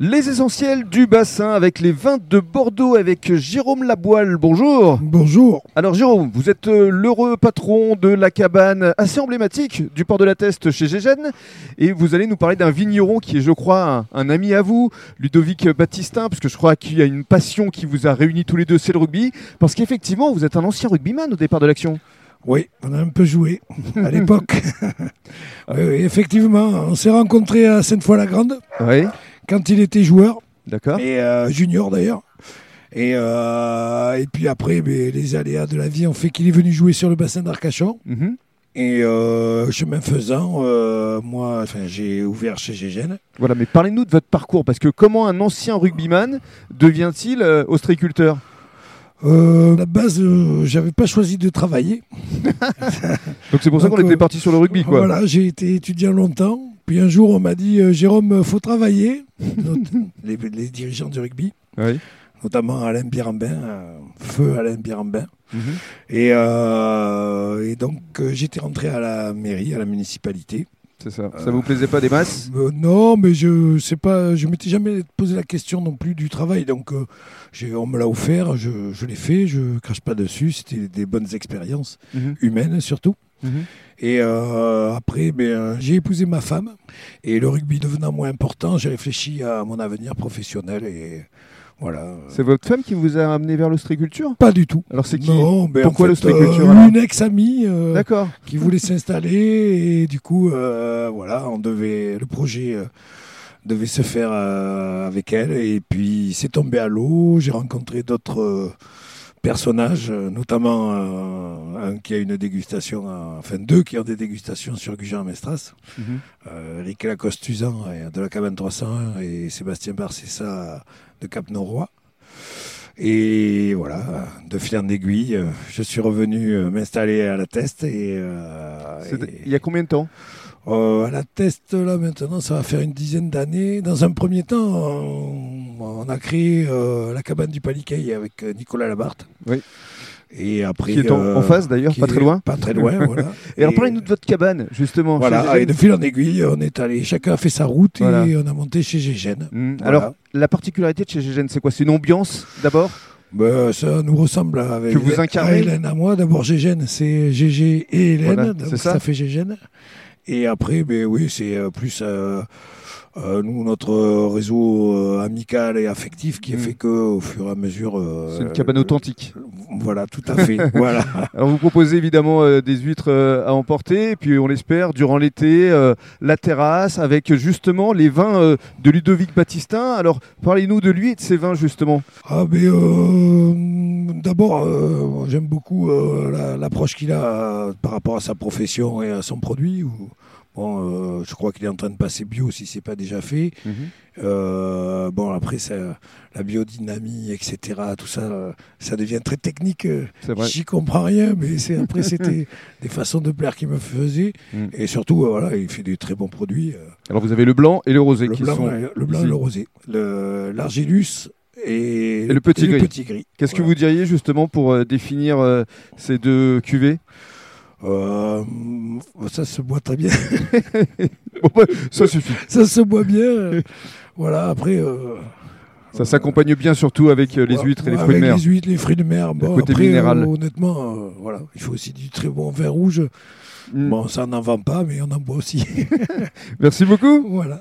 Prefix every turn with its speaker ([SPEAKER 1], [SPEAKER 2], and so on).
[SPEAKER 1] Les essentiels du bassin avec les vins de Bordeaux avec Jérôme Laboile. Bonjour.
[SPEAKER 2] Bonjour.
[SPEAKER 1] Alors Jérôme, vous êtes euh, l'heureux patron de la cabane assez emblématique du port de la Teste chez Gégène et vous allez nous parler d'un vigneron qui est je crois un, un ami à vous, Ludovic Baptistin, parce que je crois qu'il y a une passion qui vous a réunis tous les deux, c'est le rugby, parce qu'effectivement vous êtes un ancien rugbyman au départ de l'action.
[SPEAKER 2] Oui, on a un peu joué à l'époque. Oui, oui, effectivement, on s'est rencontrés à Sainte-Foy-la-Grande
[SPEAKER 1] Oui,
[SPEAKER 2] quand il était joueur,
[SPEAKER 1] d'accord.
[SPEAKER 2] et euh, junior d'ailleurs. Et, euh, et puis après, ben, les aléas de la vie ont fait qu'il est venu jouer sur le bassin d'Arcachon.
[SPEAKER 1] Mhm.
[SPEAKER 2] Et euh, chemin faisant, euh, moi, enfin, j'ai ouvert chez Gégène.
[SPEAKER 1] Voilà, mais parlez-nous de votre parcours, parce que comment un ancien rugbyman devient-il euh, ostréiculteur
[SPEAKER 2] Euh, à la base, euh, j'avais pas choisi de travailler.
[SPEAKER 1] Donc c'est pour ça
[SPEAKER 2] Donc,
[SPEAKER 1] qu'on était
[SPEAKER 2] euh,
[SPEAKER 1] parti sur le rugby, quoi.
[SPEAKER 2] Voilà, j'ai été étudiant longtemps. Puis un jour, on m'a dit euh, Jérôme, euh, faut travailler. Donc, les, les dirigeants du rugby,
[SPEAKER 1] Oui.
[SPEAKER 2] notamment Alain Birambin, euh, feu Alain Birambin.
[SPEAKER 1] Mhm.
[SPEAKER 2] Et, euh, et donc, euh, j'étais rentré à la mairie, à la municipalité.
[SPEAKER 1] C'est ça. Ça
[SPEAKER 2] Euh,
[SPEAKER 1] vous plaisait pas des masses
[SPEAKER 2] Euh, non, mais je sais pas, je m'étais jamais posé la question non plus du travail. Donc, euh, j'ai- on me l'a offert, je, je l'ai fait, je crache pas dessus. C'était des bonnes expériences humaines surtout.
[SPEAKER 1] Mhm.
[SPEAKER 2] Et euh, après, ben, euh, j'ai épousé ma femme. Et le rugby devenant moins important, j'ai réfléchi à mon avenir professionnel. Et voilà.
[SPEAKER 1] C'est votre femme qui vous a amené vers l'ostréiculture
[SPEAKER 2] Pas du tout.
[SPEAKER 1] Alors c'est qui
[SPEAKER 2] Non, ben,
[SPEAKER 1] Pourquoi
[SPEAKER 2] en
[SPEAKER 1] le
[SPEAKER 2] fait,
[SPEAKER 1] spéculture,
[SPEAKER 2] euh,
[SPEAKER 1] alors
[SPEAKER 2] Une ex-amie euh,
[SPEAKER 1] D'accord.
[SPEAKER 2] qui voulait s'installer. Et du coup, euh, voilà, on devait, le projet euh, devait se faire euh, avec elle. Et puis, c'est tombé à l'eau. J'ai rencontré d'autres. euh, personnages, euh, notamment euh, un qui a une dégustation, euh, enfin deux qui ont des dégustations sur Gujan-Mestras.
[SPEAKER 1] Mhm.
[SPEAKER 2] Euh, Eric Lacostuzan euh, de la cabane 301 et Sébastien Barcessa de Cap Noroy. Et voilà, euh, de fil en aiguille, euh, je suis revenu euh, m'installer à la Teste et, euh,
[SPEAKER 1] C'était-
[SPEAKER 2] et-
[SPEAKER 1] Il y a combien de temps
[SPEAKER 2] euh, à la Teste là maintenant, ça va faire une dizaine d'années. Dans un premier temps, on, on a créé euh, la cabane du Paliquet avec euh, Nicolas Labarthe.
[SPEAKER 1] Oui.
[SPEAKER 2] Et après,
[SPEAKER 1] Qui est en,
[SPEAKER 2] euh,
[SPEAKER 1] en face d'ailleurs,
[SPEAKER 2] qui
[SPEAKER 1] pas très
[SPEAKER 2] est
[SPEAKER 1] loin.
[SPEAKER 2] Pas très loin, voilà.
[SPEAKER 1] Et, alors parlez-nous de votre cabane, justement. chez
[SPEAKER 2] Voilà, ah, et
[SPEAKER 1] Gégène.
[SPEAKER 2] de fil en aiguille, on est allé, chacun a fait sa route
[SPEAKER 1] Voilà.
[SPEAKER 2] et on a monté chez Gégène.
[SPEAKER 1] Mhm.
[SPEAKER 2] Voilà.
[SPEAKER 1] Alors, la particularité de chez Gégène, c'est quoi C'est une ambiance d'abord
[SPEAKER 2] Ben, ça nous ressemble à- avec
[SPEAKER 1] Que vous
[SPEAKER 2] à
[SPEAKER 1] incarnez
[SPEAKER 2] Hélène à moi. D'abord Gégène, c'est GG et Hélène,
[SPEAKER 1] Voilà,
[SPEAKER 2] donc
[SPEAKER 1] c'est ça.
[SPEAKER 2] ça. fait Gégène. Et après, ben oui, c'est euh, plus euh, euh, nous notre euh, réseau euh, amical et affectif qui a
[SPEAKER 1] Mm.
[SPEAKER 2] fait que au fur et à mesure. euh,
[SPEAKER 1] C'est une cabane authentique.
[SPEAKER 2] euh, Voilà, tout à fait. voilà.
[SPEAKER 1] Alors vous proposez évidemment euh, des huîtres euh, à emporter, et puis on l'espère durant l'été, euh, la terrasse avec euh, justement les vins euh, de Ludovic Baptistin. Alors parlez-nous de lui et de ses vins justement.
[SPEAKER 2] Ah ben, euh, d'abord, euh, j'aime beaucoup euh, la- l'approche qu'il a euh, par rapport à sa profession et à son produit. Ou, bon, euh, je crois qu'il est en train de passer bio si c'est pas déjà fait.
[SPEAKER 1] Mhm.
[SPEAKER 2] Euh, bon, après, ça, la biodynamie, etc., tout ça, euh, ça devient très technique. euh,
[SPEAKER 1] C'est vrai.
[SPEAKER 2] J'y comprends rien, mais c'est, après, c'était des façons de plaire qui me faisaient.
[SPEAKER 1] Mm.
[SPEAKER 2] Et surtout, euh, voilà, il fait des très bons produits. euh,
[SPEAKER 1] Alors vous avez le blanc et le rosé
[SPEAKER 2] le,
[SPEAKER 1] qui
[SPEAKER 2] blanc,
[SPEAKER 1] sont.
[SPEAKER 2] et- le blanc
[SPEAKER 1] ici.
[SPEAKER 2] et le rosé. Le- L'argilus et,
[SPEAKER 1] Et le petit gris.
[SPEAKER 2] gris.
[SPEAKER 1] Qu'est-ce que
[SPEAKER 2] Voilà.
[SPEAKER 1] vous diriez justement pour euh, définir euh, ces deux cuvées
[SPEAKER 2] Euh, ça se boit très bien.
[SPEAKER 1] Bon, bah, Ça suffit.
[SPEAKER 2] ça se boit bien. euh, voilà, après. euh,
[SPEAKER 1] Ça s'accompagne bien surtout avec euh, les
[SPEAKER 2] ouais,
[SPEAKER 1] huîtres et les
[SPEAKER 2] ouais,
[SPEAKER 1] fruits de
[SPEAKER 2] avec
[SPEAKER 1] mer.
[SPEAKER 2] Les huîtres, les fruits de mer. Bon,
[SPEAKER 1] côté
[SPEAKER 2] après,
[SPEAKER 1] minéral.
[SPEAKER 2] euh, honnêtement, euh, voilà, il faut aussi du très bon vin rouge.
[SPEAKER 1] Mm.
[SPEAKER 2] Bon, ça n'en vend pas, mais on en boit aussi.
[SPEAKER 1] Merci beaucoup.
[SPEAKER 2] voilà.